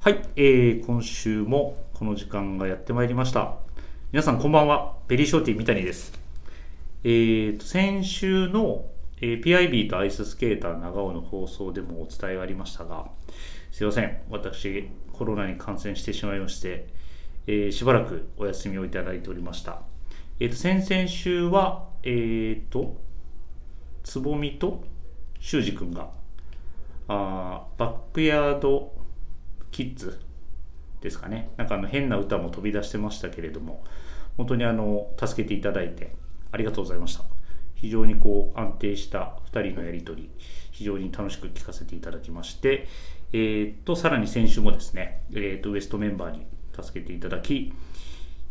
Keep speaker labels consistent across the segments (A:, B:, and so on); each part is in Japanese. A: はい、えー今週もこの時間がやってまいりました。皆さんこんばんは、ベリーショーティー三谷です。えーと、先週の、えー PIB とアイススケーター長尾の放送でもお伝えがありましたが、すいません、私、コロナに感染してしまいまして、えーしばらくお休みをいただいておりました。えーと、先々週は、えーと、つぼみと修二くんが、あーバックヤードキッズですかねなんかあの変な歌も飛び出してましたけれども本当にあの助けていただいてありがとうございました非常にこう安定した2人のやり取り非常に楽しく聞かせていただきましてえーっとさらに先週もですね、えーっとウエストメンバーに助けていただき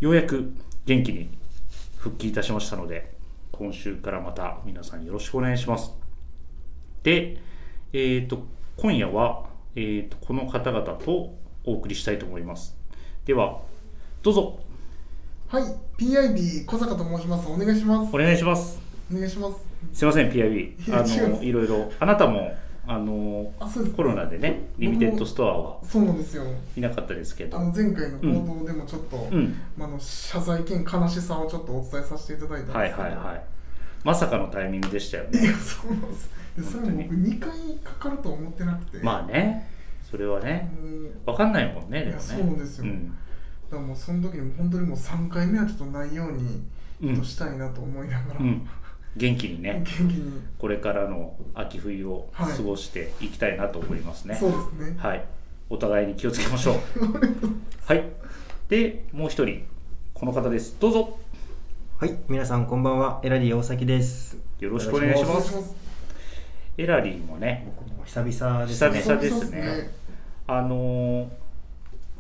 A: ようやく元気に復帰いたしましたので今週からまた皆さんよろしくお願いしますで、えー、と今夜は、えー、とこの方々とお送りしたいと思いますではどうぞ
B: はい、PIB 小坂と申します。お願いします。
A: お願いします
B: お願いします。
A: すいません PIB
B: いや
A: あ
B: 違いま
A: の
B: す
A: いろいろあなたもあの
B: あ、そうです。
A: コロナでねリミテッドストアは
B: そうなんですよ。
A: いなかったですけ
B: あ
A: ど
B: の前回の報道でもちょっと、
A: うん
B: まあ、あの謝罪兼悲しさをちょっとお伝えさせていただいたんですけど。
A: はいはいはいまさかのタイミングでしたよね
B: いや、そうなんです。で、それ
A: 本当
B: も僕二回かかるとは思ってなくて。
A: まあねそれはね
B: もう
A: わかんないもんねでもね
B: いやそうですよ
A: ん
B: だからもうその時にも本当にもう三回目はちょっとないように、
A: うん
B: としたいなと思いながら、
A: うん、元気にね
B: 元気に、
A: これからの秋冬を過ごしていきたいなと思いますね。
B: そうですね。
A: はい、お互いに気をつけまし ょう。はい、で、もう一人、この方です。どうぞ。
C: はい、皆さんこんばんは。エラリー大崎です。
A: よろしくお願いし
B: お
A: ま
B: 願い
A: す
B: し。ます。
A: エラリーもね、
C: 僕も久々ですね。
A: 久々ですね
B: そうで
A: あのー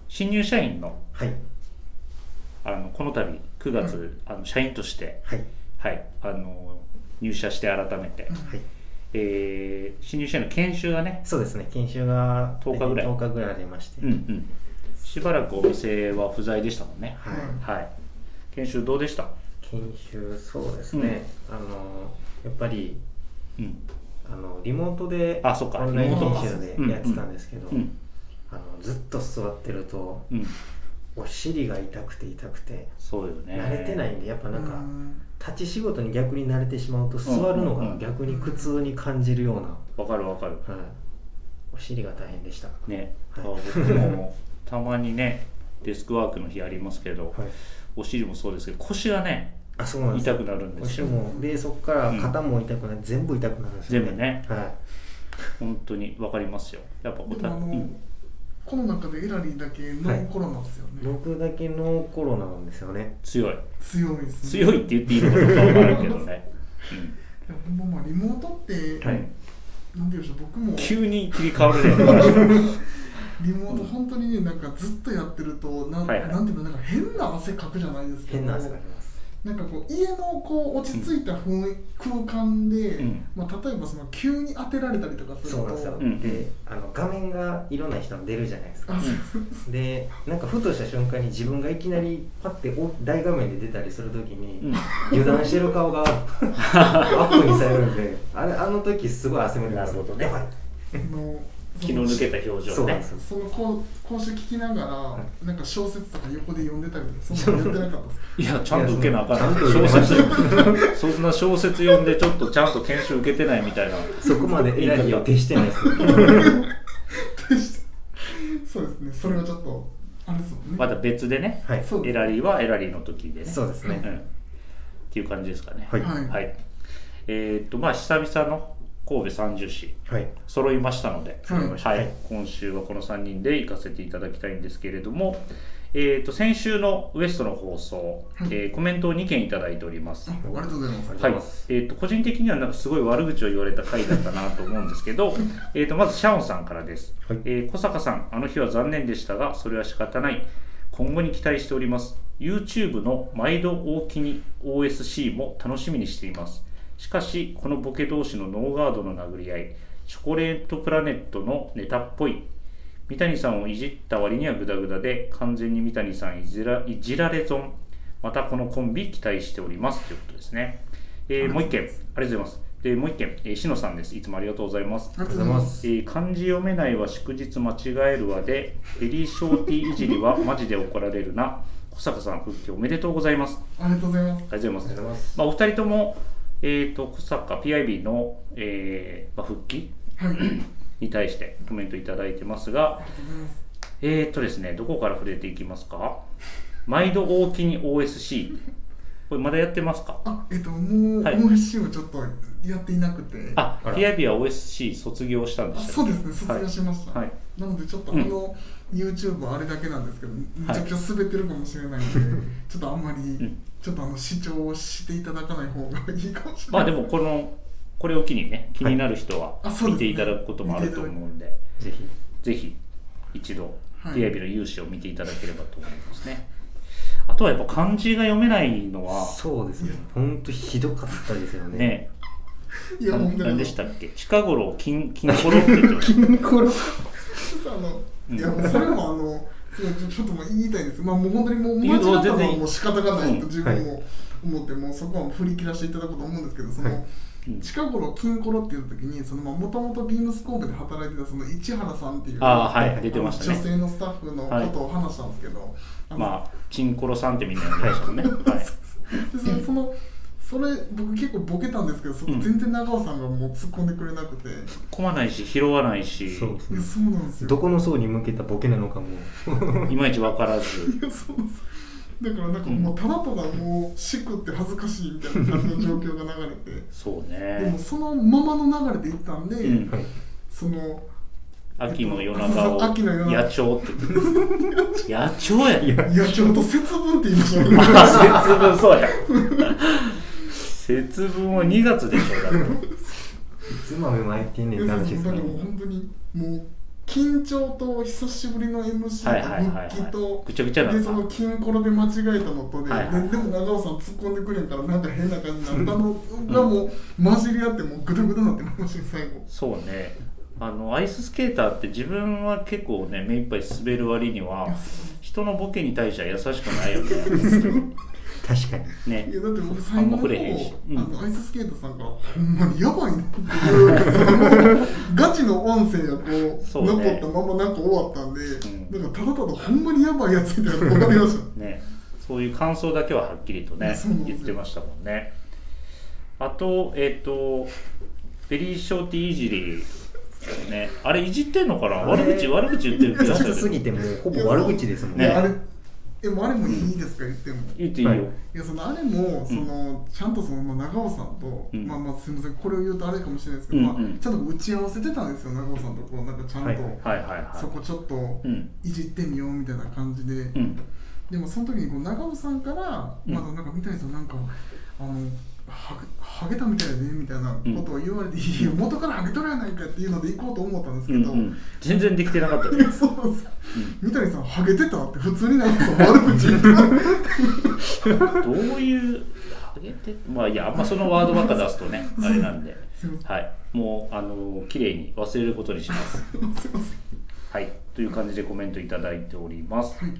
A: 新入社員の、
C: はい、
A: あの、この度、9月、あの、社員として。
C: はい、
A: はい、あのー入社して改めて、
C: はい。
A: えー新入社員の研修がね。
C: そうですね。研修が
A: 10日ぐらい
C: 10日ぐらいありまして。
A: うん、うん。しばらくお店は不在でしたもんね。
C: はい。
B: うん
A: はい。研修どうでした。
C: 研修そうですね。あのやっぱり
A: うん。
C: あのリモートで
A: あそっか
C: オンライン
B: リモート
C: 研修でやってたんですけど、
A: うん。
C: あのずっと座ってると
A: うん。
C: お尻が痛くて痛くて
A: そうよね。
C: 慣れてないんでやっぱなん
B: う
C: か。
B: ん
C: 立ち仕事に逆に慣れてしまうと座るのが逆に苦痛に感じるような、
A: わかるわかる。
C: はい、お尻が大変でした、
A: ね。あ
C: はい
A: 僕もたまにね、デスクワークの日ありますけど、
C: はい、
A: お尻もそうですけど、腰がね、
C: あそうなんです
A: 痛くなるんです
C: 腰
A: よ。
C: もでそこから肩も痛くなる、全部痛くなるんですよ、ね、
A: 全部ね
C: は
A: 本当にわかりますよ。やっぱお
B: で
A: た、
B: もあ
A: う
B: の、
A: ん、
B: この中でエラリーだけノンコロナですよ
C: い
B: ね、
C: 僕だけのコロナなんですよね
A: 強い。
B: 強いですね
A: 強いって言っていいのかどうかわからんけど ね。
B: やほんままあリモートって、
A: うん。はい。
B: なんていうんでしょう僕も
A: 急に切り替わるね。
B: リモート本当にねなんかずっとやってるとなん,、
A: はいはい
B: なんていうのなんか変な汗かくじゃないですけど
C: 変な汗が出ます
B: なんかこう家のこう落ち着いた雰囲空間で、
A: うん
B: まあ、例えばその急に当てられたりとかすると
C: そうなんですよ、
A: うん
C: であの画面がいろんな人の出るじゃないですか
B: あそう
C: でなんかふとした瞬間に自分がいきなりパッてお大画面で出たりするときに、
A: うん。
C: 油断してる 顔がアップにされるんであれあの時すごい汗も出ます
A: なるほどね
C: やばい
B: あの
A: 気の抜けた表
C: そ
A: 情
C: うなん
A: ね
C: です。よ
B: その講講師聞きながら、なんか小説とか横で読んでたりとかそんなのやってなかったですか
A: いや、ちゃんと受けなあかん
C: ちゃんと受け
A: 小
C: ま
A: 説
C: し、
A: そんな小説読んで、ちょっとちゃんと研修受けてないみたいな。
C: そこまでエラリーを徹してないですよ
B: そうですねそれはちょっとあれですもんね
A: また別でね、
C: はい
B: そう
A: エラリーはエラリーの時でね。
C: そうですね、
A: うんっていう感じですかね。
C: はい
B: はい
A: えーっと、まあ、久々の神戸三十市、
C: はい
A: 揃いましたので、
B: 揃いま
C: した
A: はい
C: はい
A: 今週はこの3人で行かせていただきたいんですけれども、えーっと、先週のウエストの放送、
B: はい
A: えーコメントを2件いただいております。
B: あありがとうございます
C: ありがとうござ
A: はいい
C: ます
A: えー、と個人的にはなんかすごい悪口を言われた回だったなと思うんですけど えーとまずシャオンさんからです、
C: はい
A: えー小坂さんあの日は残念でしたがそれは仕方ない今後に期待しております YouTube の毎度大きに OSC も楽しみにしていますしかしこのボケ同士のノーガードの殴り合いチョコレートプラネットのネタっぽい三谷さんをいじった割にはグダグダで完全に三谷さんいじらいじられ損またこのコンビ期待しておりますということですね、えーもう一件ありがとうございますでもう一件、えー、篠さんです。いつもありがとうございます。
B: ありがとう
C: ございます
A: えー漢字読めないは祝日間違えるわで、ベリーショーティーいじりは マジで怒られるな。小坂さん復帰おめでとうございます。
B: ありがとうございま
A: あ
B: す。
A: りがとうござい
C: りがとうござい
A: ま。
C: ますす
A: まあ、お二人とも、えー、と小坂 PIB の、えーまあ、復帰
B: はい。ありがとう
A: に対してコメントいただいてますが、
B: ございます。
A: えー、とですね、どこから触れていきますか毎度大きに OSC。これまだやってますか
B: あ、えっと、もう、
A: はい
B: もう一周ちょっとやっていなくて。
A: あ、
C: あら
A: PIB は OSC 卒業したんで
B: あ
A: したっけ
B: そうですね、卒業しました。
A: はいはい
B: なので、ちょっと
A: う
B: あ
A: ん
B: の、YouTube はあれだけなんですけど、めちゃくちゃ滑ってるかもしれないので、 ちょっとあんまり、
A: ん
B: ちょっとあの、視聴していただかない方がいいかもしれ
A: ま
B: ない。
A: あでもこのこれを機にね気になる人は
B: あそう
A: 見
B: です
A: て
B: ね
A: いただくこともあると思うんで、
C: ぜひ
A: ぜひ一度
B: はい
A: テレビの勇姿を見ていただければと思いますね、あとはやっぱ漢字が読めないのは
C: そうですね本当ひどかったですよね
A: ね
B: いや、本当
A: 何
B: に。
A: でしたっけ近 頃金金頃って言ってました
B: これあの、
A: うん
B: いや、それもあの、すごいちょちょっともう言いたいんです。まあ、もう本当にもう、
A: い
B: 間
A: や
B: 違ったの
A: 全然い
B: はいもう仕方がな
A: う
B: い
A: ん
B: と自分も思って、もうそこはもう振り切らせていただこうと思うんですけど、そ
C: は
B: の、
A: うん
B: 近頃、近頃っていう時に、その、まあ、もともとビームス神戸で働いてた、その、市原さんっていう、
A: ああはい
B: の
A: 出てました
B: 女
A: ね
B: 性のスタッフのことを話したんですけど、あの
A: まあチンコロさんってみんな呼んでました もんね、はい、
B: でそのそのそれ僕結構ボケたんですけどそこ全然長尾さんがもう突っ込んでくれなくて、
A: 込まないし拾わないし
C: そうです
B: い
C: ね
B: やそうなんですよ
C: どこの層に向けたボケなのかも
A: いまいち分からず
B: いやそうなんですだからなんかもうただただもうしくって恥ずかしいみたいな感じの状況が流れて
A: そう
B: でも
A: ね、
B: そのままの流れで行ったんで、
A: うん
C: はい
B: その
A: 秋の夜中を
B: そうそう 秋の夜中
A: 野鳥って言って 野鳥や
C: いや
B: いやちょうど節分って言いましたよね
A: 節分そう や節分は2月でしょだ って
C: いつ豆巻いてんねん
B: い
C: って
B: や
C: 話
B: そ
C: で
B: う
C: す
B: だ
C: か
B: かららもう本当にもう緊張と久しぶりの MC
A: はいはいはい
B: と復帰
A: はい
B: と
A: ぐちゃぐちゃな
B: で
A: んだ
B: その金コロで間違えたのとね、
A: はいはい
B: ででも長尾さん突っ込んでくれんからなんか変な感じになったのがもう混じり合ってもうグダグダになってましたね最後
A: そうねあのアイススケーターって自分は結構ね目いっぱい滑る割には人のボケに対しては優しくないよ ね
C: 確かに
A: ね
B: いやだって僕
A: あ
B: 最
A: んま
B: 後の方
A: 触れへんし、うん
B: あのアイススケートさんからほんまにやばいなっていうそのガチの音声がこう
A: そうね
B: 残ったままなんか終わったんで、
A: ん
B: なんかただただほんまにやばいやつみたいなの分かりました
A: ね、そういう感想だけははっきりとね
B: そうなんです
A: 言
B: よ
A: ってましたもんねあとえっ、とベリーショーティーイジリーねあれいじってんのかな
C: あれ
A: 悪口悪口言ってる気がしたけど
C: 雑すぎてもうほぼ 悪口ですもん
B: い
A: ね
B: やあれえもうあれもいいですか言っても
A: 言っていいよ、
C: はい
B: いやそのあれもその、ちゃんとそのまあ長尾さんと、
A: うん
B: まあまあすみませんこれを言うとあれかもしれないですけど、
A: うんうん
B: まあ、ちゃんと打ち合わせてたんですよ長尾さんとこうなんかちゃんと、
C: はいはい
A: はいはいはい
B: そこちょっと
A: うん
B: いじってみようみたいな感じで、
A: うん
B: でもその時にこう長尾さんから、
A: うん
B: まだなんか三谷さんなんかあのハゲハゲたみたいだねみたいなことを言われて、いや元からハゲとるやないかっていうので行こうと思ったんです
A: う
B: け
A: ん
B: ど、
A: うん全然できてなかった
B: い
A: ね
B: や そうなんですよ、三谷さんハゲてたって普通になんかその悪口言って
A: どういうハゲてまあいやあんまそのワードばっか出すとねあれなんです
B: いません
A: はいもうあの綺麗に忘れることにします
B: すいません
A: はいという感じでコメントいただいております
B: はい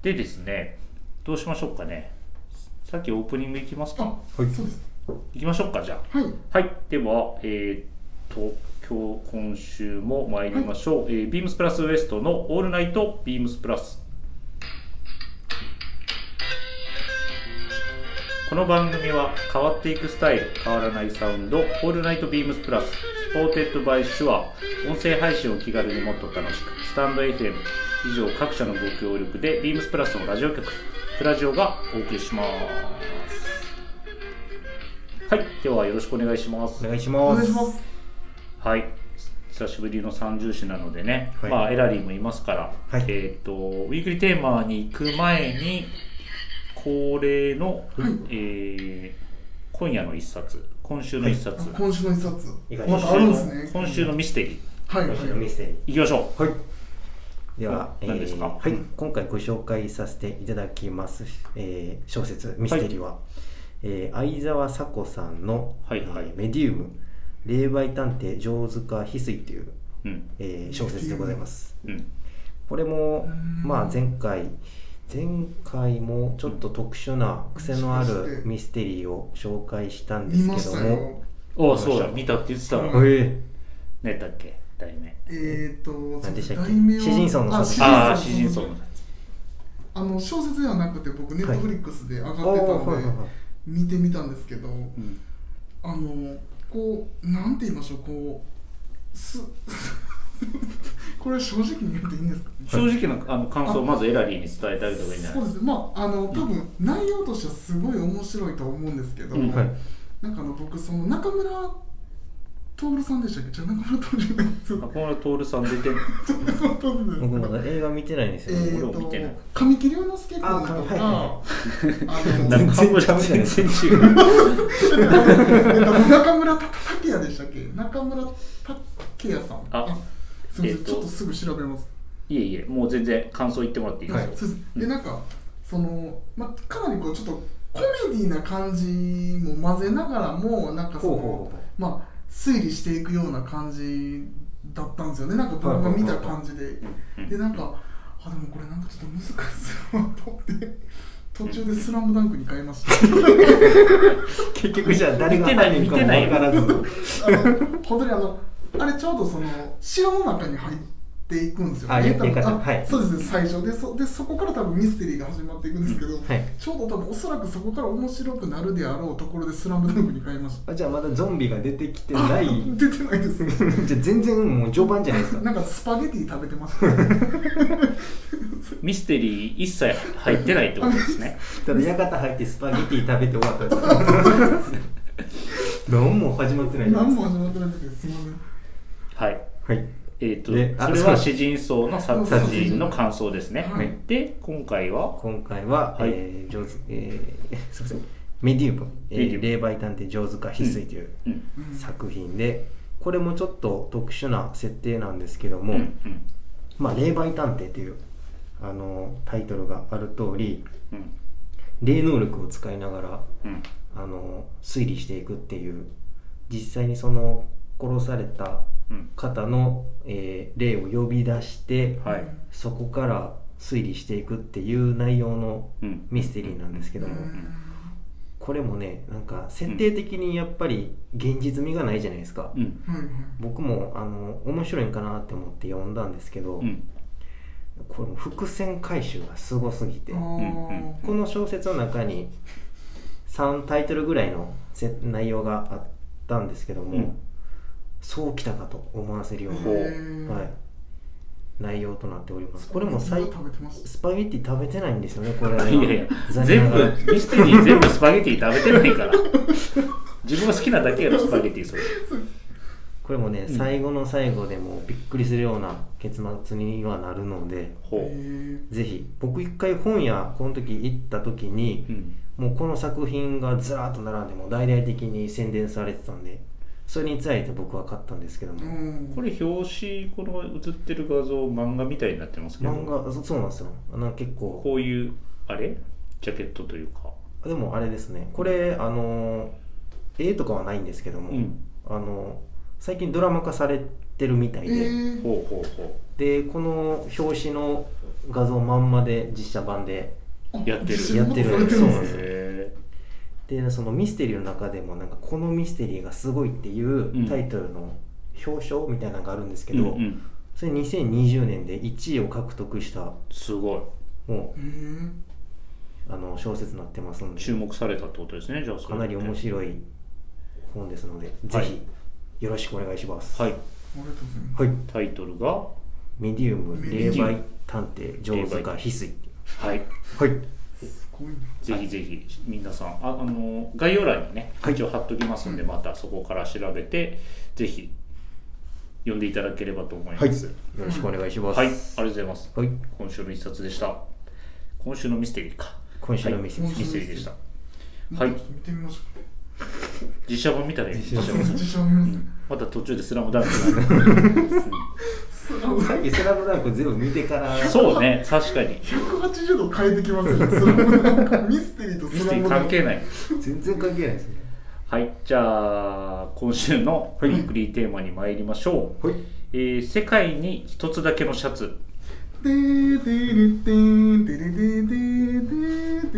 A: でですねどうしましょうかねさっきオープニングいきますか
B: あ、
C: はい
B: そうです
A: いきましょうかじゃあ
B: はい
A: はいではえー、っと今日今週も参りましょう、えービームスプラスウエストの「オールナイトビームスプラス」この番組は変わっていくスタイル変わらないサウンド「オールナイトビームスプラス」スポーテッドバイシュア音声配信を気軽にもっと楽しくスタンド FM 以上各社のご協力でビームスプラスのラジオ局プラジオがお送りしますはいではよろしくお願いします
C: お願いし
B: お
C: ま
B: 願い
C: す
B: します
A: はい久しぶりの三重詩なのでね、
C: はい
A: まあ、エラリーもいますから、
C: はい
A: えっ、とウィークリーテーマに行く前に恒例の、えー今夜の一冊今週の一
B: あ
A: 冊、
B: 今週の一冊
C: 意外と
B: ま
A: 今
B: た
A: 週
B: あるんです
A: の
B: ね
A: 今週のミステリー
B: はいはい
C: 私のミステリー
A: 行きましょ
C: はい。では、
A: お何ですか
C: はい、
A: うん
C: 今回ご紹介させていただきます、えー小説「ミステリーは」えー相沢佐子さんの、
A: はいはい
C: えーメディウム霊媒探偵城塚翡翠」という、
A: ううん
C: えー小説でございます。
A: うん
C: これも
B: うん
C: まあ前回前回もちょっと特殊な癖のあ
B: もしかし
C: る
B: て
C: ミステリーを紹介したんで
B: 見
C: す
B: ま
C: け
B: し
C: ど
B: た
C: も
B: よ
A: おおそうだ見たって言ってたわ、
B: うん
C: え
A: 何だっけ題名
B: えーっと
C: 何でしたっけ
B: 題名は
C: 詩人層の
B: あ
C: 小説
A: ああ詩人層
B: の
A: の
B: あの小説ではなくて僕ネットフリックスで上がってた
C: おーはいはい
B: の
C: は
B: で見てみたんですけど
A: うん
B: あのこうなんて言いましょうこうす これ正直に言っていいんですか
A: 正直なあの感想をまずエラリーに伝えてあげた方がいいんじゃな
B: そ
A: いう
B: ですねまああの多分内容としてはすごい面白いと思うんですけど、
A: うん
C: いはい
B: なんかあの僕その中村徹さんでしたっけじゃあ中村徹じゃないです
A: 中村徹さん出てんの
B: 中村徹です
C: 僕まだ映画見てないんです
B: え
C: よ、ね
B: ー、
A: 俺も見てない
B: と神木隆之介君とか
C: あ
B: あの
C: 神
A: 中村
C: 全然違う
A: 全然違う
B: えっと 中村た竹也でしたっけ中村竹也さん
A: あ
B: すみません、
A: えっと
B: ちょっとすぐ調べます
A: いえいえもう全然感想言ってもらっていいで
C: は
A: す
C: い
A: よ
B: そうですでなんかその、まあ、かなりこうちょっとコメディな感じも混ぜながらもなんかその
C: ほうほうほ
B: まあ推理していくような感じだったんですよねなんか僕
C: はい
B: が
C: はいはい
B: 見た感じで
A: うん
B: でなんかあでもこれなんかちょっと難しそうなと思って途中で「スラムダンクに変えました
C: 結局じゃあ誰が
A: 見てない
C: 犯人かも分からず
B: あの本当にあのあれちょうどその城の中に入っていくんですよね
C: あ
B: 多分
C: 言っていかない
B: あ
C: はい
B: そうですね最初でそでそこから多分ミステリーが始まっていくんですけど、
C: はい
B: ちょうど多分おそらくそこから面白くなるであろうところで「スラムダンクに変えました
C: あじゃあまだゾンビが出てきてない
B: 出てないですね
C: じゃあ全然もう序盤じゃないですか
B: なんかスパゲティ食べてましたね
A: ミステリー一切入ってないってことです ね
C: ただ館入ってスパゲティ食べて終わった んですよ何も始まってない
B: 何も始まってなくてすいません
A: はい
C: はい
A: えー、と
C: であ
A: それは
C: そう
A: 詩人層の殺殺人の感想ですね、
B: はい
A: で今回は
C: 今回は、
A: はい
C: えー上手えーすいませんメディウム、えー
A: メディウム
C: 霊媒探偵上手か翡翠という
A: うん
B: うん
C: 作品で、これもちょっと特殊な設定なんですけど
A: う
C: も、
A: んうん
C: まあ、霊媒探偵というあのタイトルがある通り
A: うん
C: 霊能力を使いながら
A: うん
C: あの推理していくっていう実際にその殺された
A: うん
C: 方の、えー霊を呼び出して、
A: はい
C: そこから推理していくっていう内容の
A: うん
C: ミステリーなんですけど
B: う
C: も、
B: ん
C: これもねなんか設定的にやっぱり現実味がないじゃないですか、
A: うん
B: はいはい
C: 僕もあの面白いんかなって思って読んだんですけど、
A: うん
C: これも伏線回収がすごすぎて
B: あ
C: こ
B: ー
C: の小説の中に3タイトルぐらいのせ内容があったんですけども、
A: うん
C: そうきたかと思わせるよ
A: ほ
C: う
B: へー
C: な、はい、内容となっておりますこれも最
B: 食べてました
C: スパゲッティ食べてないんですよねこれ
A: いやいや
C: 残念
A: 全
C: ながら
A: 部ミステリー全部スパゲティ食べてないから 自分が好きなだけやろスパゲティそれ
C: これもね、
A: うん
C: 最後の最後でもうびっくりするような結末にはなるので
A: ほ
B: へー
C: ぜひ僕一回本屋この時行った時に
A: う、うん
C: もうこの作品がずらーっと並んでもう大々的に宣伝されてたんでそれにつられて僕は買ったんですけども、
B: うん
A: これ表紙この写ってる画像漫画みたいになってますけど
C: 漫画そそうなんですよなんか結構
A: こういうあれジャケットというか
C: でもあれですねこれあのー絵とかはないんですけども、
A: うん
C: あのー最近ドラマ化されてるみたい
B: え
C: で、
B: ー
A: ほうほうほ
C: でこの表紙の画像まんまで実写版で
B: あ
A: やってる
B: 注目され
C: やってる
B: ん
C: そう
B: です
C: なん
A: う
C: で
B: ね
C: すよ
A: へ
C: でそのミステリーの中でもなんかこのミステリーがすごいっていうタイトルの表彰みたいなのがあるんですけ
A: えう
C: ど、
A: んうん
C: それ2020年で1位を獲得した
A: すごい
C: も
B: へー
C: うあの小説になってますので
A: 注目されたってことですねじゃあそれ
C: かなり面白い本ですので、ぜひよろしくお願いします。
A: はい
B: ありがとうございます
C: はい、
A: タイトルが
C: メディウム霊媒探偵上手か翡翠
A: はい
C: はい
B: すごいな
A: ぜひぜひ皆さんああの概要欄にね
C: はい
A: 一応貼っときますんで、またそこから調べてぜひ読んでいただければと思いま
C: はいよ
A: す
C: ろしくお願いします。
A: はい、ありがとうございます
C: はい
A: 今週の一冊でした今週のミステリーか
C: 今週のミステリー
A: はいミステリーでしたは
B: はいい。ちょっと見てみましょう
A: 実写版見たらいい
C: 実
A: 実
C: 写
A: 写
B: か。
A: 版
B: 自称見ますね。
A: また途中でスラムダンクになる
C: さっきスラムダンク全部見てから
A: うんそうね確かに
B: 180度変えてきますよ。そのなんかミステリーと
A: ミ
B: ス
A: ス
B: ラ
A: テリ
B: ム
A: ー
B: ダン
A: 関
B: ク
A: 係ない
C: 全然関係ないですね。
A: はいじゃあ今週のウィークリーテーマに参りましょう、
C: はい
A: えー世界に一つだけのシャツ
B: でーでーでーでーでーでーでーで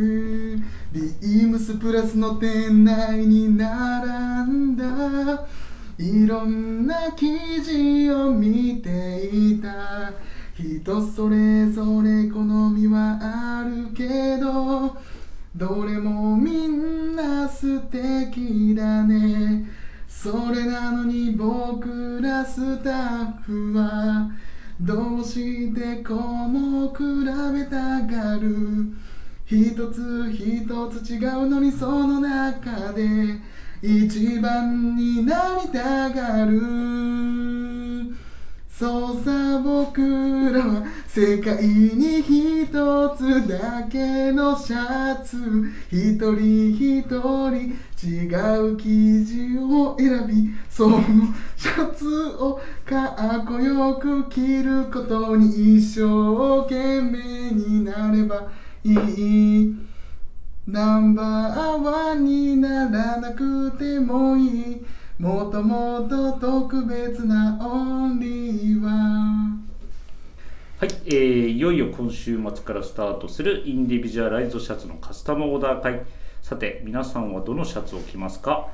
B: ーでービームスプラスの店内に並んだいろんな記事を見ていた人それぞれ好みはあるけどどれもみんな素敵だねそれなのに僕らスタッフはどうしてこうも比べたがる一つ一つ違うのにその中で一番になりたがるそうさ僕らは世界に一つだけのシャツ一人一人違う生地を選びそのシャツをかっこよく着ることに一生懸命になればいいナンバーワンにならなくてもいいもともと特別なオンリーは
A: はい、えーいよいよ今週末からスタートするインディビジュアライズドシャツのカスタムオーダー会さて皆さんはどのシャツを着ますか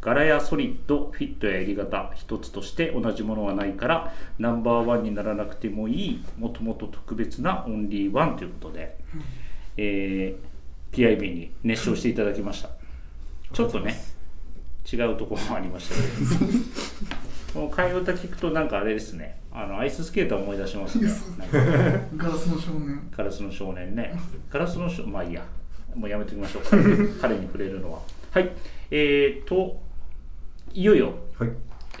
A: 柄やソリッド、フィットや襟型一つとして同じものはないからナンバーワンにならなくてもいいもともと特別なオンリーワンということで、えー PIB に熱唱していただきましたちょっとね違うところもありましたけどこの替え歌聞くとなんかあれですねあのアイススケーター思い出しますねなんか
B: ガラスの少年
A: ガラスの少年ね。ガラスの少まあいいや。もうやめておきましょう。彼に触 れるのは。はい。えー、と、いよいよ、
C: はい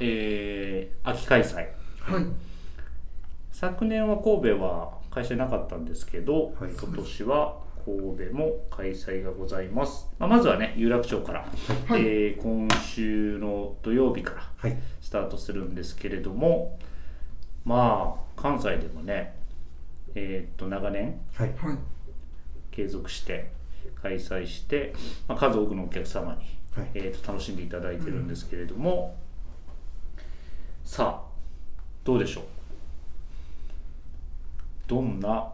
A: えー秋開催。
B: はい
A: 昨年は神戸は開催なかったんですけど、
C: はい
A: 今年は神戸も開催がございます。まあ、まずはね、有楽町から、
B: はい
A: えー今週の土曜日から
C: はい
A: スタートするんですけれども、まあ、関西でもね、えーっと、長年、
C: はい
B: はい
A: 継続して開催して、まあ、数多くのお客様に、
C: はい
A: えーと楽しんでいただいてるんですけれども、さあどうでしょうどんな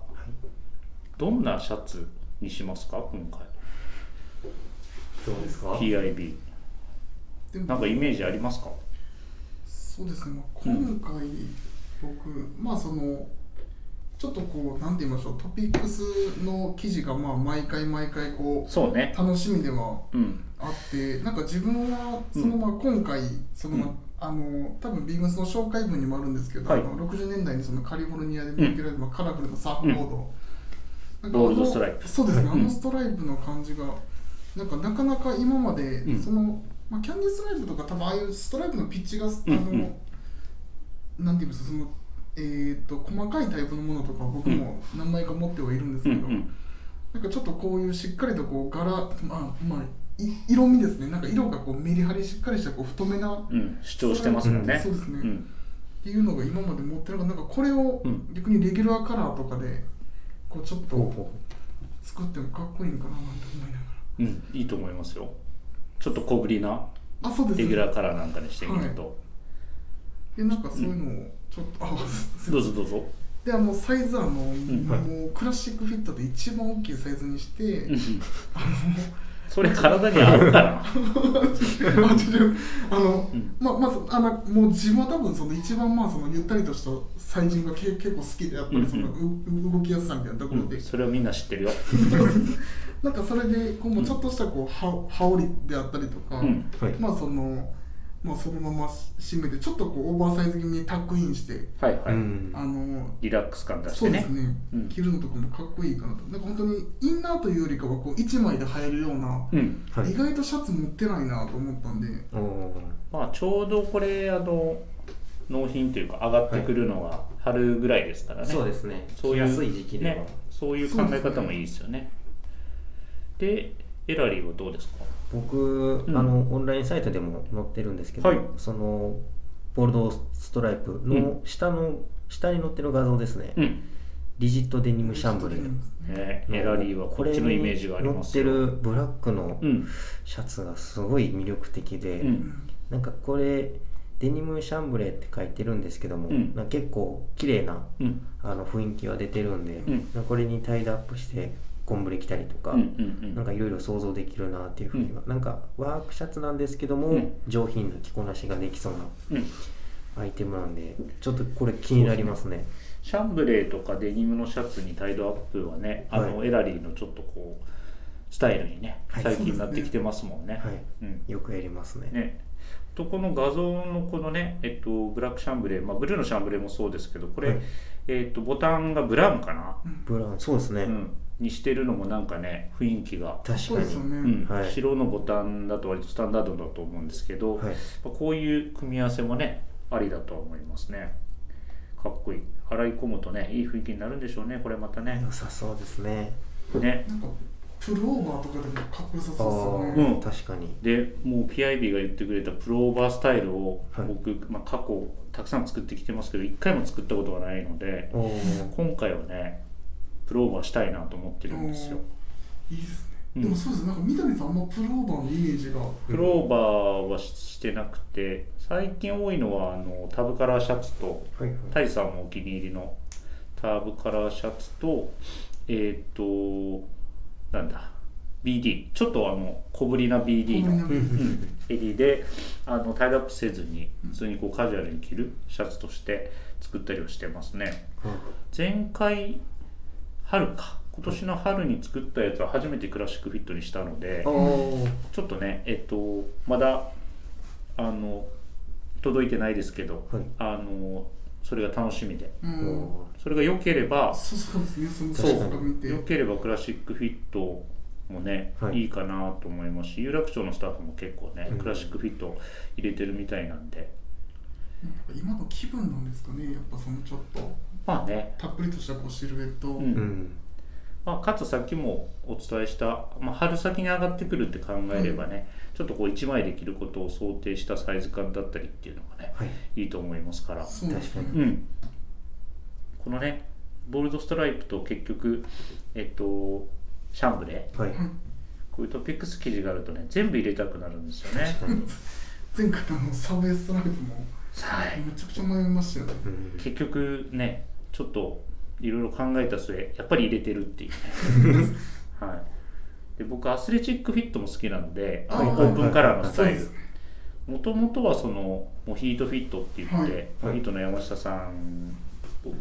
A: どんなシャツにしますか今回
C: どうですか
A: PIB
B: で
A: なん
B: も
A: かイメージありますか
B: そうですね、まあ、今回僕、まあそのちょっとこうなんて言いましょうトピックスの記事がまあ毎回毎回こ
A: そう
B: う
A: ね
B: 楽しみでは
A: うん
B: あってなんか自分はそのまあ今回そのま
A: うん
B: あの多分ビームスの紹介文にもあるんですけど、
A: はい
B: あの60年代にそのカリフォルニアで見受けられたまあカラフルなサーフボード、なんかあの
A: ゴールドストライプ
B: そうですね、
A: はい
B: あのストライプの感じがなんかなかなか今まで、
A: うん
B: その、まあ、キャンディーストライプとか多分ああいうストライプのピッチがあの、
A: うんうん
B: なんていうんですかそのえー、と細かいタイプのものとか僕も何枚か持ってはいるんです
A: うん
B: け
A: う
B: ど、
A: ん
B: なんかちょっとこういうしっかりとこう柄、まあまあ、い色味ですねなんか色がこうメリハリしっかりしたこう太めなっ
A: うん主張してますもんね
B: そうですね
A: ん
B: ていうのが今まで持ってなかったなんかこれを
A: うん
B: 逆にレギュラーカラーとかでこうちょっ
C: ほう
B: と
C: ほ
B: 作ってもかっこいいのかななんて思いなが
A: うんいいと思いますよちょっと小ぶりな
B: らあそうです
A: レギュラーカラーなんかにしてみると、
B: でなんかそういうのをちょっと、あすす
A: どうぞどうぞ
B: であのサイズはあの、
A: はい
B: もうクラシックフィットで一番大きいサイズにして、あの
A: それ体に合うかな
B: あちょちょ あの、
A: うん
B: まあまずあのもう自分は多分その一番まあそのゆったりとした最人がけ結構好きでやっぱりその、
A: う
B: うん動きやすさみたいなところで、
A: うんそれはみんな知ってるよ、
B: なんかそれでこうもうちょっとしたこうは羽織であったりとか、
A: うん
C: うはい
B: まあそのまあそのまま締めてちょっとこうオーバーサイズ気味にタックインして
A: はいはい、
C: うん
B: あの
A: リラックス感出し
B: そ
A: て
B: うで
A: ね
B: すね、
A: うん
B: 着るのとかもかっこいいかなとなんか本当にインナーというよりかはこう一枚で入るような、
A: うん
C: はい
B: 意外とシャツ持ってないなと思ったんで、
C: おー
A: まあちょうどこれあの納品というか上がってくるのは春ぐらいですからね、
C: そうですね
A: そういう
C: 着やすい時期では、
A: ねそういう考え方もいいですよねでエラリーはどうですか
C: 僕、
A: うん
C: あのオンラインサイトでも載ってるんですけど、
A: はい
C: そのボールドストライプの下の、下に載ってる画像ですね、
A: うん、
C: リジットデニムシャンブレル
A: ね、エラリーはこっちのイメージがあります
C: これに
A: よ
C: 載ってるブラックの
A: うん
C: シャツがすごい魅力的で、
A: う
B: うんん
C: なんかこれデニムシャンブレーって書いてるんですけども、
A: うん
C: なんか結構綺麗な
A: うん
C: あの雰囲気は出てるんで、
A: うん
C: なんかこれにタイドアップしてゴンブレ着たりとか、
A: うんうんう
C: な
A: ん
C: んかいろいろ想像できるなっていうふうには、なんかワークシャツなんですけども、
A: うん
C: 上品な着こなしができそう
A: うん
C: なアイテムなんでちょっとこれ気になりますね
A: シャンブレーとかデニムのシャツにタイドアップはねあの、
C: は
A: エラリーのちょっとこうスタイルにね
C: はい
A: 最近なってきてますもんね。
C: はい
A: うん
C: よくやりますね
A: ね、とこの画像のこのね、えっと、ブラックシャンブレー、まあ、ブルーのシャンブレーもそうですけどこれ、
C: はい
A: えっと、ボタンがブラウンかな、
C: ブラウンそうですね、
A: うん、にしてるのもなんかね雰囲気が、
C: 確
B: そう
C: か
B: ですよ
C: に、
B: ね、
A: うん
C: はい
A: 白のボタンだと割とスタンダードだと思うんですけど、
C: はい、
A: まあこういう組み合わせもねありだとは思いますねかっこいい洗い込むとねいい雰囲気になるんでしょうねこれまたね
C: 良さそうですね
A: ね
B: なんかプルオーバーとかでもかっこよさ
C: あ
B: そうですよね、
A: ー
C: あ、
A: うん
C: 確かに
A: でもう PIB が言ってくれたプローバースタイルを
C: はい
A: 僕、まあ、過去たくさん作ってきてますけど一回も作ったことがないので
C: おー
A: 今回はねプローバーしたいなと思ってるんですよ
B: いいですね、
A: うん
B: でもそうですねなんか三谷さんあんまプルオーバーのイメージが
A: プローバーはししてなくて最近多いのはあのタブカラーシャツと
C: はいはい
A: タイさんもお気に入りのタブカラーシャツとえっ、となんだ BD ちょっとあの小ぶりな BD の
B: こんな
A: 襟であのタイルアップせずに普通にこうカジュアルに着るシャツとして作ったりはしてますね前回春か今年の春に作ったやつは初めてクラシックフィットにしたので
C: あー
A: ちょっとねえっとまだあの届いてないですけど、
C: はい
A: あのそれが楽しみで
B: うん
C: お
A: それが良ければ
B: そうそうですねその
C: そう
B: 写真とか見て
A: 良ければクラシックフィットもね、
C: はい
A: い、いかなと思いますし有楽町のスタッフも結構ね
C: うん
A: クラシックフィット入れてるみたいなんで、
B: 今の気分なんですかねやっぱそのちょっと
A: まあね、
B: たっぷりとしたこうシルエット、
A: うん
C: ーうん
A: まあ、かつさっきもお伝えした、まあ、春先に上がってくるって考えればね、ちょっとこう1枚できることを想定したサイズ感だったりっていうのがね
C: はい
A: いいと思いますから、
B: そうですね
C: 確か
A: うん、このねボルドストライプと結局えっとシャンブレー
C: はい
B: はい
A: こういうトピックス記事があるとね全部入れたくなるんですよね
C: 確。かに、
B: 前回のサブエストライブも
A: はい
B: めちゃくちゃ迷いましたよね
C: うん、
A: 結局ねちょっといろいろ考えた末やっぱり入れてるっていうね、はい、で僕アスレチックフィットも好きなのであの
B: あ
A: オ
B: ー
A: ープンカラーのス
B: そう
A: タイ
B: で
A: ル
B: すね
A: もともとはそのモヒートフィットって言って、
B: はい
A: モヒートの山下さん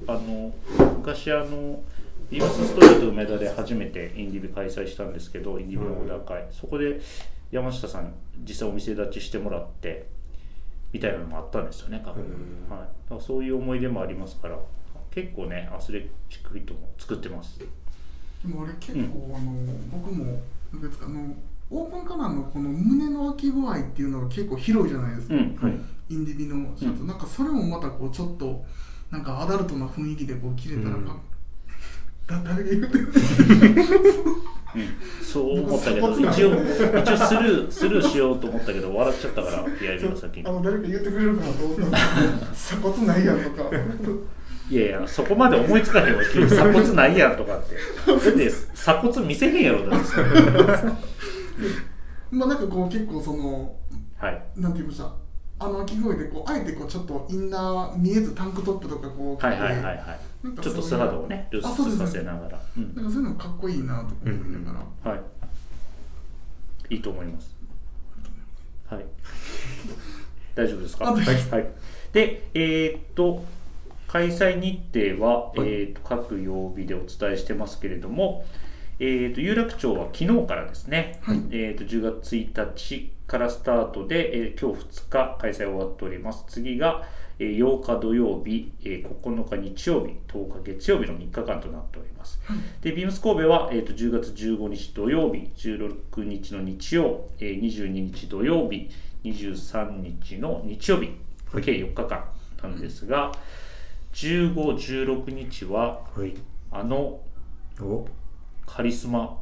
A: あの昔あのビームスストリート梅田で初めてインディビ開催したんですけどインディビのオーダー会、そこで山下さん実際お店立ちしてもらってみたいなのもあったんですよね過去に、
C: うん
A: はい、だからそういう思い出もありますから結構ねアスレチックフィットも作ってます
B: でもあれ結構、あの僕もなんですかあのオープンカラーのこの胸の開き具合っていうのが結構広いじゃないです
A: う
B: か、
A: ん、
C: はい
B: インディビのシャツ、
A: うん
B: なんかそれもまたこうちょっとなんかアダルトな雰囲気でこう切れたらか、
C: うん
B: だ誰が言うてる
A: そう思ったけど
B: 僕
A: 一
B: 鎖
A: 応一
B: 骨
A: 応スルースルーしようと思ったけど笑っちゃったから気合いの先に
B: あの誰か言ってくれるかなと思ったんですけど 鎖骨ないやんとか
A: いやいや、そこまで思いつかへんわ、急に鎖骨ないやんとかって。だって、鎖骨見せへんやろ、だってそれ
B: まあなんかこう結構その
A: はい。
B: なんて言いましたあの秋声でこうあえてこうちょっとインナー見えずタンクトップとかこう
A: はいはいはい
B: い、
A: は
B: なん
A: い。
B: か
A: ち
B: そ
A: ょっ
B: うい
A: と
B: う
A: 素肌をね、露
B: あそう
A: 出
B: ですね
A: させながら。うん
B: なんかそういうのもかっこいいなとか思いながら、
A: はい。いいと思います。 はい。大丈夫ですか
B: あ
A: は
B: 大
A: い
B: 丈夫。
A: で、えーっと、開催日程は、
C: はい
A: えーっと各曜日でお伝えしてますけれども、えーっと有楽町は昨日からですね、
B: はい
A: えーっと10月1日からスタートで、えー今日2日開催終わっております。次が、えー8日土曜日、えー9日日曜日、10日月曜日の3日間となっております。で、ビームス神戸は、えー、と10月15日土曜日、16日の日曜、えー、22日土曜日、23日の日曜日、計4日間なんですが、15、16日は、
C: はい
A: あの
C: お
A: カリスマ、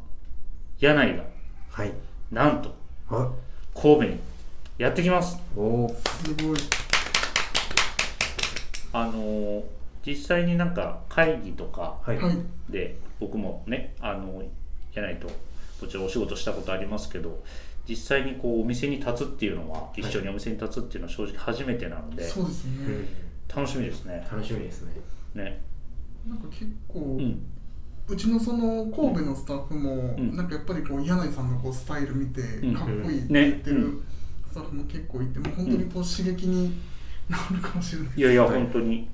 A: 柳井が、
C: はい
A: なんと、
C: あ
A: 神戸にやってきます。
C: お
B: すごい
A: あのー実際になんか会議とか、
C: はい
B: はい
A: で僕もねあのやないともちろんお仕事したことありますけど実際にこうお店に立つっていうのは一緒にお店に立つっていうのは正直初めてなので、
B: そうですね、
C: うん
A: 楽しみですね
C: 楽しみですね
A: ね
B: なんか結構、
A: うん
B: うちのその神戸のスタッフも、
A: うん
B: なんかやっぱりこう柳井さんのこうスタイル見て
A: ん
B: かっこいいって
A: ね
B: 言って
A: う
B: る
A: ん
B: スタッフも結構いて、もう本当にこう刺激になるかもしれない。
A: いやいや、本当に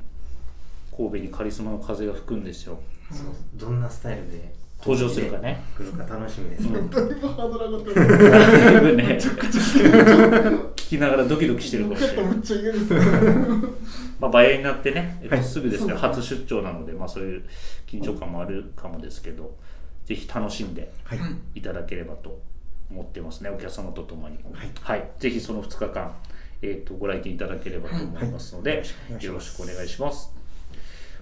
A: 神戸にカリスマの風が吹くんですよ。
B: うん
C: どんなスタイルで
A: 登場するかね。
C: 来るか楽しみですね、
A: うん
B: だいぶハードル上がってる。
A: だいぶね、聞きながらドキドキしてるかもしれな
B: め
A: い。
B: っちゃ嫌ですよね。
A: まあ、バイヤーになってね、えっと、すぐですね、
B: はい
A: 初出張なので、まあ、そういう緊張感もあるかもですけど、ぜひ楽しんで
C: はい、
B: うん
A: いただければと思ってますね、お客様とともに。
C: はい
A: ぜひその2日間、えっと、ご来店いただければと思いますので、
C: はいはい
A: よろしくお願いします。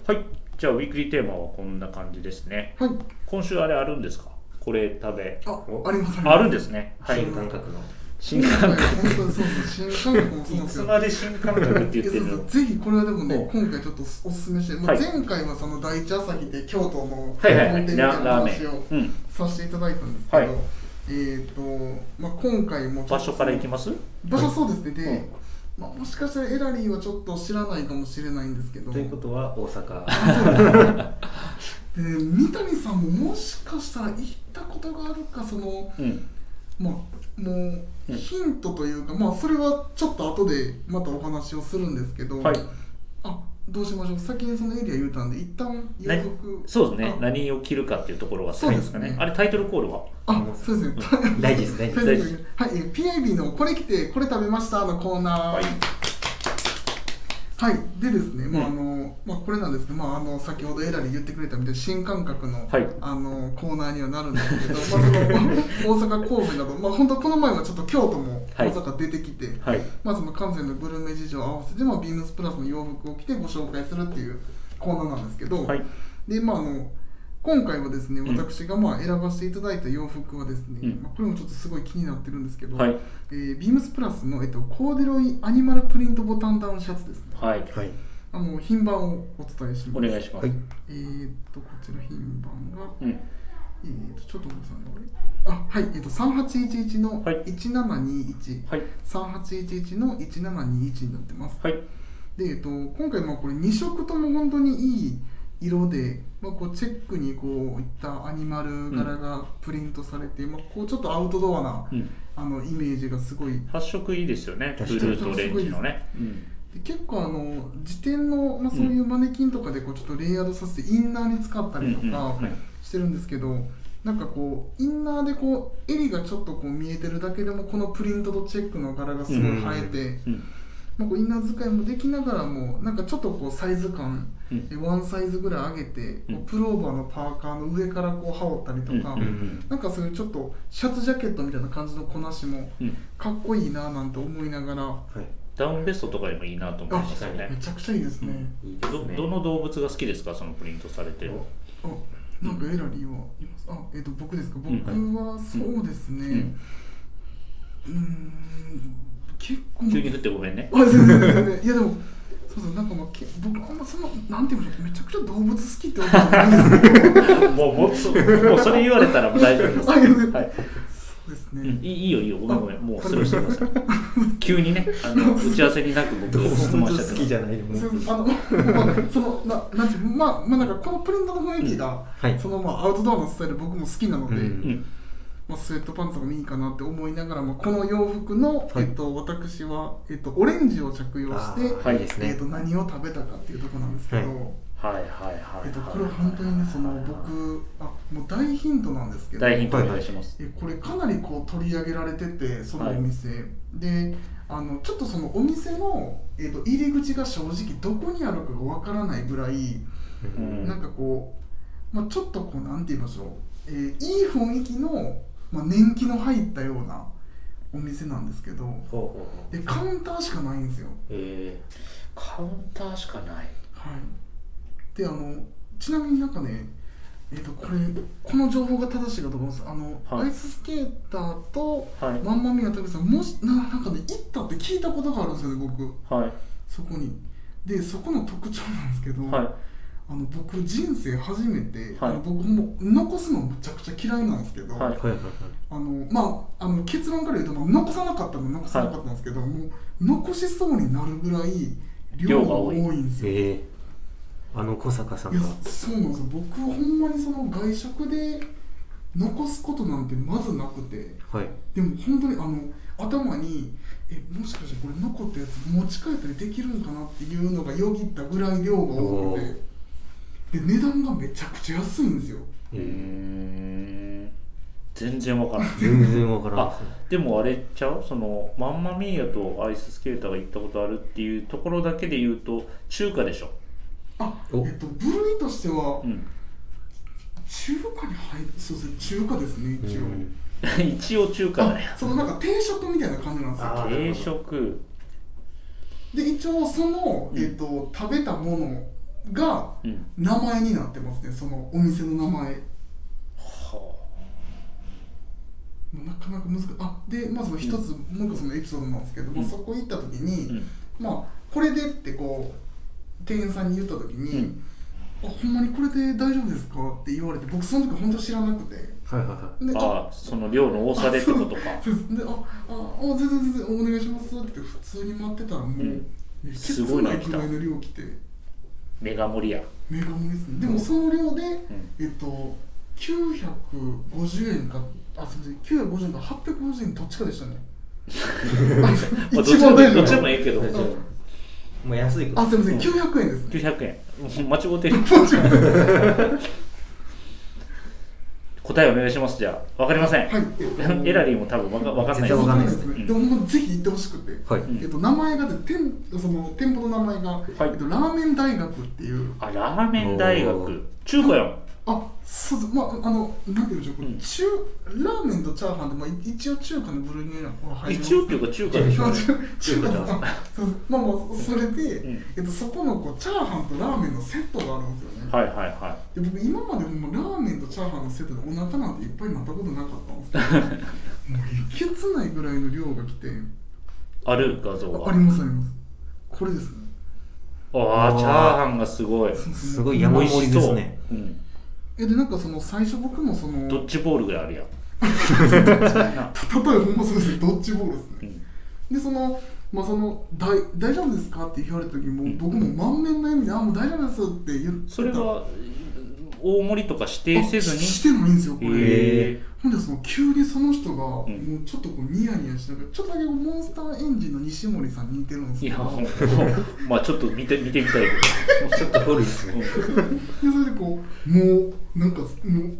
A: はい、じゃあ、ウィークリーテーマはこんな感じですね。
B: はい。
A: 今週あれあるんですかこれ食べ。
B: あ、あります。
A: あるんですすね。はい。
C: 新感覚の
A: 新感覚。
B: 本当にそうそう。新感覚もそうなん
A: い
B: です
A: つ
B: よ。
A: まで新感覚って言ってる
B: いやそうそ
A: の
B: うぜひこれはでもね、
A: お
B: 今回ちょっとおすすめして、もう
A: はい
B: 前回はその第一朝日で京都の
A: はいはいは
B: 本店
A: い。
B: みた
A: ラ
B: いな
A: ラーメ
B: 話を
A: ン。うん。
B: させていただいたんですけど、
A: はい
B: えっ、と、まあ、今回もちょっと
A: 場所から行きます
B: 場所そうですね、で、
A: うん
B: まあ、もしかしたらエラリーはちょっと知らないかもしれないんですけど、
C: ということは大阪
B: で三谷さんももしかしたら行ったことがあるか、その、
A: うん。
B: まあ、もう
A: うん
B: ヒントというか、まあ、それはちょっと後でまたお話をするんですけど、
A: はい
B: あどうしましょう先にそのエリア言うたんで一旦洋
A: ね
B: 服
A: そうですね
B: あ。
A: 何を切るかっていうところが
B: そう
A: い
B: で
A: ですす
B: ね
A: かね。あれタイトルコールは
B: あそうですね
C: 大事です大
A: 大
C: 事で
A: 事
C: す
A: です
B: はい、えー PIB の「これ来てこれ食べました」のコーナー
A: は
B: はいい、。でですね、まああ
A: う
B: のまあ、これなんですけど、まあ、あの先ほどエラリー言ってくれたみたいな新感覚の,、
A: はい
B: あのコーナーにはなるんですけど、まあ、その大阪神戸など、まあ、本当この前はちょっと京都も
A: はい
B: 大阪出てきて、
A: はい。
B: まあ、その関西のグルメ事情を合わせて、まあ、ビームスプラスの洋服を着てご紹介するっていうコーナーなんですけど、
A: はい。
B: でまああの今回はですね
A: うん
B: 私がまあ選ばせていただいた洋服はですね、
A: うん
B: まあ、これもちょっとすごい気になってるんですけど、
A: はい。
B: えービームスプラスの、えっと、コーデュロイアニマルプリントボタンダウンシャツですね
A: はい。
C: はい
B: あの品番をお伝えします
A: お願いします。
B: えーっとこちら品番が、
A: うん。
B: えーっとちょっと待ってくださいねあれあはいえっと3811の
A: はい
B: 1721、
A: はい。
B: 3811の1721になってます
A: はい。
B: で、えっと、今回まあこれ2色とも本当にいい色で、まあ、こうチェックにこういったアニマル柄がプリントされて、まあ、こうちょっとアウトドアな
A: うん。
B: あのイメージがすごい
A: 発色いいですよね。ブ
C: 確かに
A: ルーとオレンジのね。うん。
B: で結構あの時点の、まあ、そういうマネキンとかでこうちょっとレイヤードさせてインナーに使ったりと
A: うんうん
B: か
A: はい
B: してるんですけど、なんかこうインナーでこう襟がちょっとこう見えてるだけでもこのプリントとチェックの柄がすごい映えて。
A: うん。
B: まあ、こうインナー使いもできながらもなんかちょっとこうサイズ感、
A: うん
B: えワンサイズぐらい上げて、
A: うん
B: こうプローバーのパーカーの上からこう羽織ったりとか、
A: うんうん
B: なんかそういうちょっとシャツジャケットみたいな感じのこなしも
A: うん。
B: かっこいいなぁなんて思いながら
C: はい
A: ダウンベストとかでもいいなと思いましたよ
C: あ
B: め
A: ね。
B: ちゃくちゃいいですね、
C: いいで
A: ど
C: すね
A: どの動物が好きですかそのプリントされてる。
B: あなんかエラリーはいますあえっ、と僕ですか
A: う
B: 僕
A: ん
B: はそうですね
A: うん
B: うーん結構
A: 急に降ってごめんね。
B: あ全然全然いやでもそうそうなんかまあけ僕あんまそのなんていうんでしょうめちゃくちゃ動物好きってわけじゃないんですけど
A: もう、もう、そもうそれ言われたらもう大丈夫です。
B: あいやいや
A: はい。
B: そうです
A: うんい
B: ね。
A: いいいよ、いいよ、ごめん、ごめん、もうスルーしてください。急にね、あ の、打ち合わせになく僕を質問しちゃって
C: 好
A: ま
C: き
A: す
C: じゃないでも
B: そうあの、 まあ、その、な、なんていう、まあ、まあ、なんか、このプリントの雰囲気が、
C: はい
B: その、まあ、アウトドアのスタイル、僕も好きなので。
C: うん
A: うん。
B: まあ、スウェットパンツとかもいいかなって思いながらも、この洋服の、
C: はい
B: えっと、私は、えっと、オレンジを着用
C: あ
B: して。
C: ーはいいです
B: え
C: ね
B: っと、何を食べたかっていうところなんですけど。
C: は
A: はいはいはい。
B: えっと、これ本当にね、その、僕、あ、もう大ヒントなんですけど。
A: 大ヒントお願いします。
B: えこれかなりこう取り上げられててそのお店、であのちょっとそのお店の、えー、と入り口が正直どこにあるかがわからないぐらい、
C: う
A: うん
B: なんかこう、まあ、ちょっとこうなんて言いましょう、えーいい雰囲気の、まあ、年季の入ったようなお店なんですけど
C: ほうほうほう
B: でカウンターしかないんですよ
C: え
A: カウンターしかない。
B: はいであのちなみになんかねえっ、とこれこの情報が正しいかと思いますあの、
A: はい
B: アイススケーターと
A: はい。
B: まんまみやたけさんもしななんかね行ったって聞いたことがあるんですよね僕
A: はい。
B: そこにでそこの特徴なんですけど、
A: はい。
B: あの僕人生初めて、
A: はい
B: あの僕も残すのむちゃくちゃ嫌いなんですけど、
A: はい
C: ーはいはいは
B: あのまああの結論から言うと、まあ、残さなかったのは残さなかったんですけど、もう残しそうになるぐらい量
A: 量
B: が
A: が
B: 多
A: 多い
B: いんです
C: い
B: よ
C: えあの小坂さん
B: いや
C: が
B: そうなんですよ僕ほんまにその外食で残すことなんてまずなくて
C: はい
B: でも本当にあの頭にえもしかしてこれ残ったやつ持ち帰ったりできるんかなっていうのがよぎったぐらい量が多くてで値段がめちゃくちゃ安いんですよ
A: へえ全然わからん
C: 全然わからん
A: あでもあれちゃうそのマンマミーヤとアイススケーターが行ったことあるっていうところだけで言うと中華でしょ、
B: あえ
C: お
B: っと部類としては
A: うん、
B: 中華に入るそうですね中華ですね
C: です
B: 一
C: よ
B: 応、
C: うん
A: 一応中華だよ
B: あそのなんか定食みたいな感じなんですよ
C: あ
A: 定食
B: で一応その、
A: うん
B: えっと食べたものが
A: うん
B: 名前になってますねそのお店の名前
A: は
B: なかなか難しいあでまあその一つ、もう一個そのエピソードなんですけど、まあ
A: うん
B: そこ行った時
A: あ、
B: に、
A: うん、
B: まあこれでってこう店員さんに言った時に、
A: うん
B: あほんまにこれで大丈夫ですかって言われて僕その時本当知らなくてで
C: はいはいは
A: ああその量の多さでってことか
B: そうですであああ全然全然お願いしますって普通に待ってたらもう、
A: うん
B: えけ
A: す
B: つ
A: ごい
B: な
A: の
B: い
A: 来
B: ぐ
A: た
B: らいの量来て
A: メガ盛りや
B: メガ盛りですねでもその量で、
A: ん
B: えっと950円かあすみません950円か850円どっちかでしたね
A: まあどっ
B: 一
A: ち
B: 番
A: も
B: 大事
A: ど
B: な
A: っちでもいいけど
C: い
B: うん
C: もう安いこと
B: あすみません
A: うん
B: 900円ですね
A: 900円もう間違うてる答えお願いしますじゃあわかりません、
B: はいえっと
A: エラリーも多分わかわかんない
C: 全然わかんないです
B: ね
A: うん
B: でももうぜひ行ってほしくて、
C: はい
A: うん
B: えっと、名前がで店その店舗の名前が、えっと、ラーメン大学っていう
A: あラーメン大
C: お
A: 学
C: ー
A: 中華やん
B: あそうそうまああのなんていうんでしょうこれ、
A: うん
B: 中ラーメンとチャーハンで、まあ、い一応中華の部類には入ります
A: 一応っていうか中華でしょ
B: まあ中華だそうまあまあそれで、
A: うん
B: えっと、そこのこうチャーハンとラーメンのセットがあるんですよね、
A: はいはいは
B: で僕今までもうラーメンとチャーハンのセットでお腹なんていっぱいになったことなかったんですけど もうえげつないぐらいの量が来て
A: いある画像
B: あ
A: が
B: ありますありますこれですね
A: ああチャーハンがすごい
B: そうですね
C: すごい山盛りです
A: 美味
C: ね
A: しそううん
B: えでなんかその最初僕もその
A: ドッジボールぐらいあるやん
B: 例えばほんまそうですねドッジボールですね
A: うん
B: でそのまあその大大丈夫ですかって言われた時も、
A: うん
B: 僕も満面の笑みで「あもう大丈夫です」って言ってた
A: それは大盛りとか指定せず
B: あ
A: に
B: ししてないんですよこれ、
A: へえ
B: ほんでその急にその人がも
A: ん
B: うちょっとこうニヤニヤしながらちょっとだけモンスターエンジンの西森さんに似てるんです
A: い
B: け
A: や
B: ど
A: もうまあちょっと見て見てみたいけどちょっと
C: 古いですね
B: でそれでこうもうなんかもう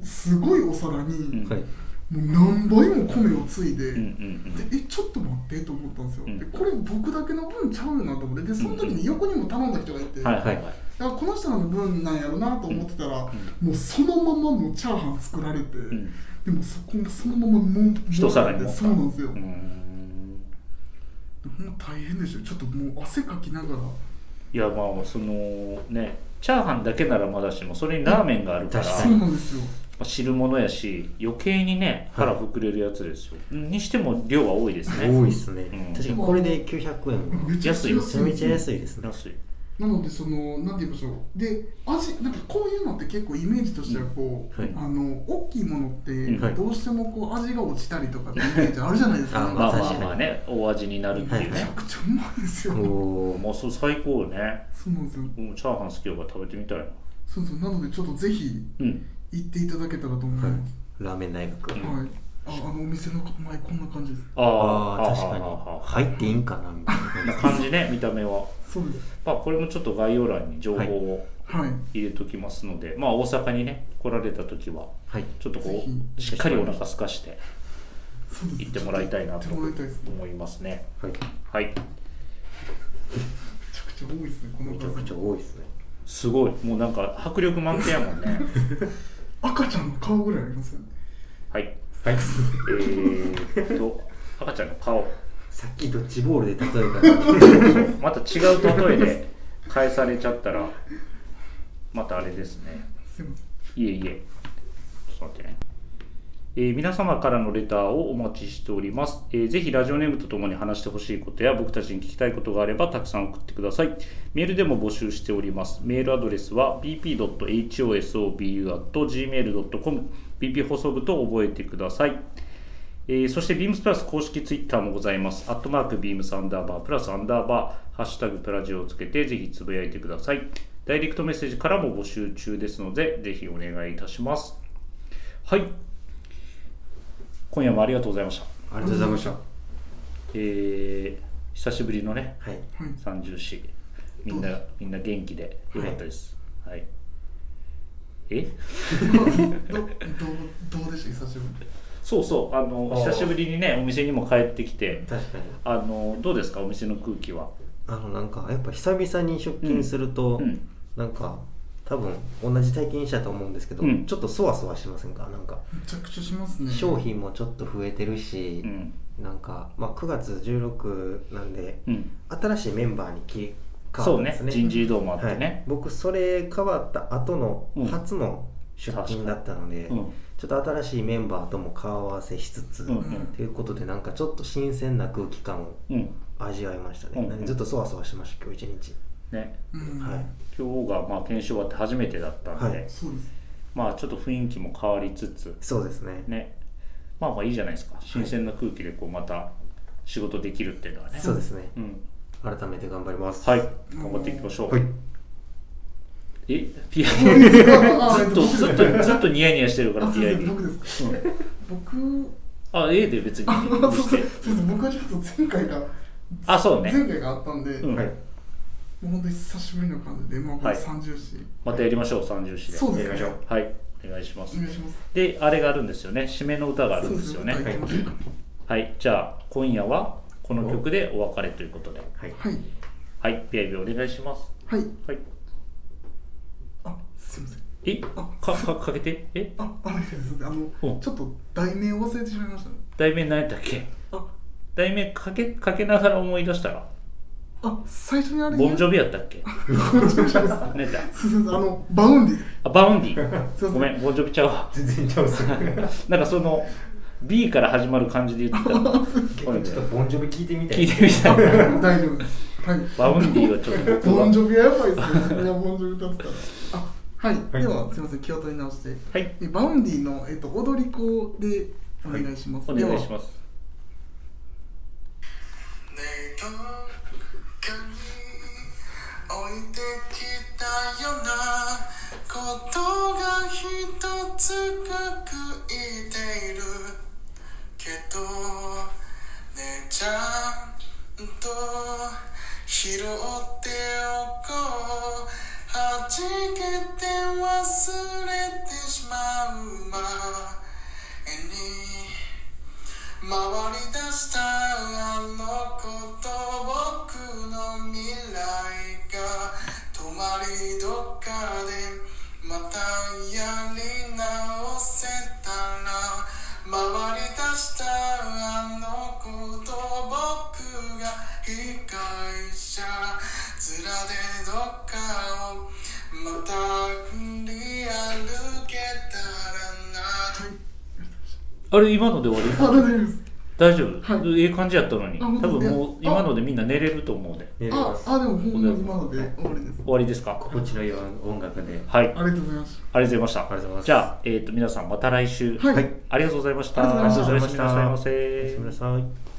B: すごいお皿
A: うん
B: に、
C: はい
B: もう何倍も米をついで、
A: うんうん
B: でえちょっと待ってと思ったんですよ、
A: うん
B: でこれ僕だけの分ちゃうよなと思ってでその時
A: うんうん
B: に横にも頼んだ人がいて、
A: うんはいはいはい
B: あこの人の分なんやろなと思ってたら、もうそのままもうチャーハン作られて、
A: うん
B: でもそこもそのままもう
A: 一皿に盛った
B: そうなんですよ、
A: うーん
B: もう大変でしょちょっともう汗かきながら
A: いやまあそのねチャーハンだけならまだしもそれにラーメンがあるから、
C: 確か
B: そ
C: に
B: うなんですよ
A: まあ汁物やし余計にね
C: はい
A: 腹膨れるやつですよ、にしても量は多いですね
C: 多いですね、
A: うん
C: 確かにこれで900円は
B: めちゃく
A: 安い
B: ちゃ安い
A: め
B: で
C: め
B: す
C: ちゃめちゃ安いですね
A: 安い
B: なのでそのなんて言いましょうで味なんかこういうのって結構イメージとしてはこう、
C: はい
B: あの大きいものって
A: うん
C: はい
B: どうしてもこう味が落ちたりとかってイメージあるじゃないですか
C: あ
A: まあ
B: なんか
A: まあまあねお味になるっていう
B: めちゃ
A: ね、
B: くちゃうまいですよ
C: おー
A: もうそう最高よね
B: そうなんですよ
A: もうチャーハン好きだから食べてみたいな
B: そうそうなのでちょっとぜひ
A: うん
B: 行っていただけたらと思います、
C: ラーメン大学
A: うん
B: はい。あ、あのお店の前こんな感じです。
A: あ
C: ああ確かに
A: あ
C: 入っていいんかなみたいな
A: あ
C: 感
A: 感じね見た目は
B: そうです。
A: まあこれもちょっと概要欄に情報を
B: はい。
A: 入れときますので、まあ大阪にね来られた時は
C: はい
A: ちょっと
B: ぜ
A: こう
B: ひ
A: しっかりお腹空かして
B: そうです。
A: 行ってもらいたいな
B: 行って
A: と
B: もらいたいです。め
A: 思いますね
C: はい
A: はい
B: ちゃくちゃ多いですね。この
C: めちゃくち
B: 数
C: ゃ。多いですね
A: すごいもうなんか迫力満点やもんね
B: 赤ちゃんの顔ぐらいありますよね。
A: はい
C: は
A: え
C: い
A: ー、っと赤ちゃんの顔
C: さっきドッジボールで 例えたのに
A: また違う例えで返されちゃったらまたあれですね
B: すみません。
A: いえいえちょっと待ってねえー皆様からのレターをお待ちしております、えーぜひラジオネームとともに話してほしいことや僕たちに聞きたいことがあればたくさん送ってくださいメールでも募集しておりますメールアドレスは bp.hosobu.gmail.com bp 放送部と覚えてくださいえーそして、ビームスプラス公式ツイッターもございます。アットマーク、ビームスアンダーバー、プラスアンダーバー、ハッシュタグ、プラジオをつけて、ぜひつぶやいてください。ダイレクトメッセージからも募集中ですので、ぜひお願いいたします。はい。今夜もありがとうございました。
C: ありがとうございました。
A: えー久しぶりのね、
C: はい。
B: はい
A: 三重市、みんな、みんな元気でよかったです。はい。え
B: どどどどうでした久しぶり
A: そうそう、あの、
C: あー
A: 久しぶりにね、お店にも帰ってきて、
C: 確かに。
A: あの、どうですか、お店の空気は。
C: あのなんかやっぱ久々に出勤すると、
A: うんうん
C: なんか多分同じ体験者と思うんですけど、
A: うん
C: ちょっとそわそわしませんかなんか
B: めちゃくちゃしますね
C: 商品もちょっと増えてるし
A: う、ん。
C: なんか、まあ、9月16なんで
A: うん。
C: 新しいメンバーに切り替
A: そ
C: わ
A: う
C: ったんで
A: ね
C: すね
A: 人事異動もあっ
C: は
A: て
C: い
A: ね、
C: 僕それ変わった後の
A: うん
C: 初の出勤だったので、
A: うん
C: ちょっと新しいメンバーとも顔合わせしつつ、
A: うん
C: ということでなんかちょっと新鮮な空気感を
A: うん
C: 味わいましたね、
A: うん
C: なんでずっとそわそわしました今日一日、
A: ね
B: うん
C: はい
A: 今日がまあ研修終わって初めてだったんで、
C: はい
B: そうです
A: まあちょっと雰囲気も変わりつつ
C: そうですね
A: ねまあまあいいじゃないですか新鮮な空気でこうまた仕事できるっていうのはね、
C: そうですね
A: うん、
C: 改めて頑張ります
A: はい
C: はい
A: 頑張っていきましょう、えピア
B: ず
A: ずっとずっとずっとニヤニヤしてるから
B: あ、すい
A: ピ
B: ま
A: ア
B: せ
A: に
B: ん、僕ですか僕
A: あ A で別に
B: あ、
A: 無
B: そう
A: 視
B: そ
A: し
B: う
A: て
B: そうです僕はちょっと前回が
A: あそうね
B: 前回があったんで、
A: う
B: も
A: ん
C: はい
B: う本当に久しぶりの感じで、もうこ
A: は
B: れ
A: い
B: 三重市、
A: またやりましょう30詞で
B: そうです
C: やりましょう
A: はいお願いしま
B: お
A: す
B: 願いします
A: であれがあるんですよね締めの歌があるんですよね
B: そうですね
A: はい、じゃあ今夜はこの曲でお別れということで、
C: はい
B: はい
A: はい、ピアイビお願いします。
B: はい
A: はい。
B: あ、すいません
A: え、かかかけて、え、
B: あ、あの、すいませんあ
A: お
B: のちょっと題名を忘れてしまいました
A: 題名何やったっけ？
B: あ、
A: 題名かけかけながら思い出したら、
B: あ、最初にあれ
A: ボンジ
B: ョ
A: ョビやったっけ？
B: ボンジョビじゃないです
A: 何やった？
B: すいま せん、あの、バウンディ
A: あ、バウンディ。
B: すいません
A: ごめん、ボンジョビちゃうわ。
C: 全然ちゃうっす ね
A: なんかその B から始まる感じで言って たから。
C: ち
A: ごめん
C: ょっとボンジョビ聞いてみたい
A: 聞いてみたいな。
B: 大丈夫ですはい
A: バウンディはちょっと僕
B: ボ
A: は
B: ンジョビはやばいですね。いや、ボンジョビ歌ってたら。あ、はい、では、すみません、気を取り直して。
A: はい、
B: えバウンディの、えっと、踊り子で、お願いします。。
A: お願いしますす。
D: ねえどっかに置いてきたようなことが一つ隠れているけどねえちゃんと拾っておこうはじけて忘れてしまう前に回り出したあの子と僕の未来が止まりどっかでまたやり直せたら回り出したあの子と僕が被害者面でどっかをまた繰り歩けたらなと
A: あれ今ので終わり？
B: あ、大丈夫です。
A: 大丈夫？
B: はい
A: ええ感じやったのに、
B: あ
A: 多
B: 本当
A: 分もう
B: いやあ
A: 今のでみんな寝れると思うで。
C: 寝れま
B: あ、
C: す
B: あ、でも、ほんまに今ので、終わりです。
A: 終わりですか？
C: 心地のいい音楽で
A: はい。
B: ありがとうございました。
A: ありがとうございました。
C: ありがとうございます
A: じゃあ、えっ、と、皆さんまた来週。
B: はい
C: はい
A: ありがとうございました。
B: ありがとうございました
A: おやすみなさいませ。
C: おやすみなさい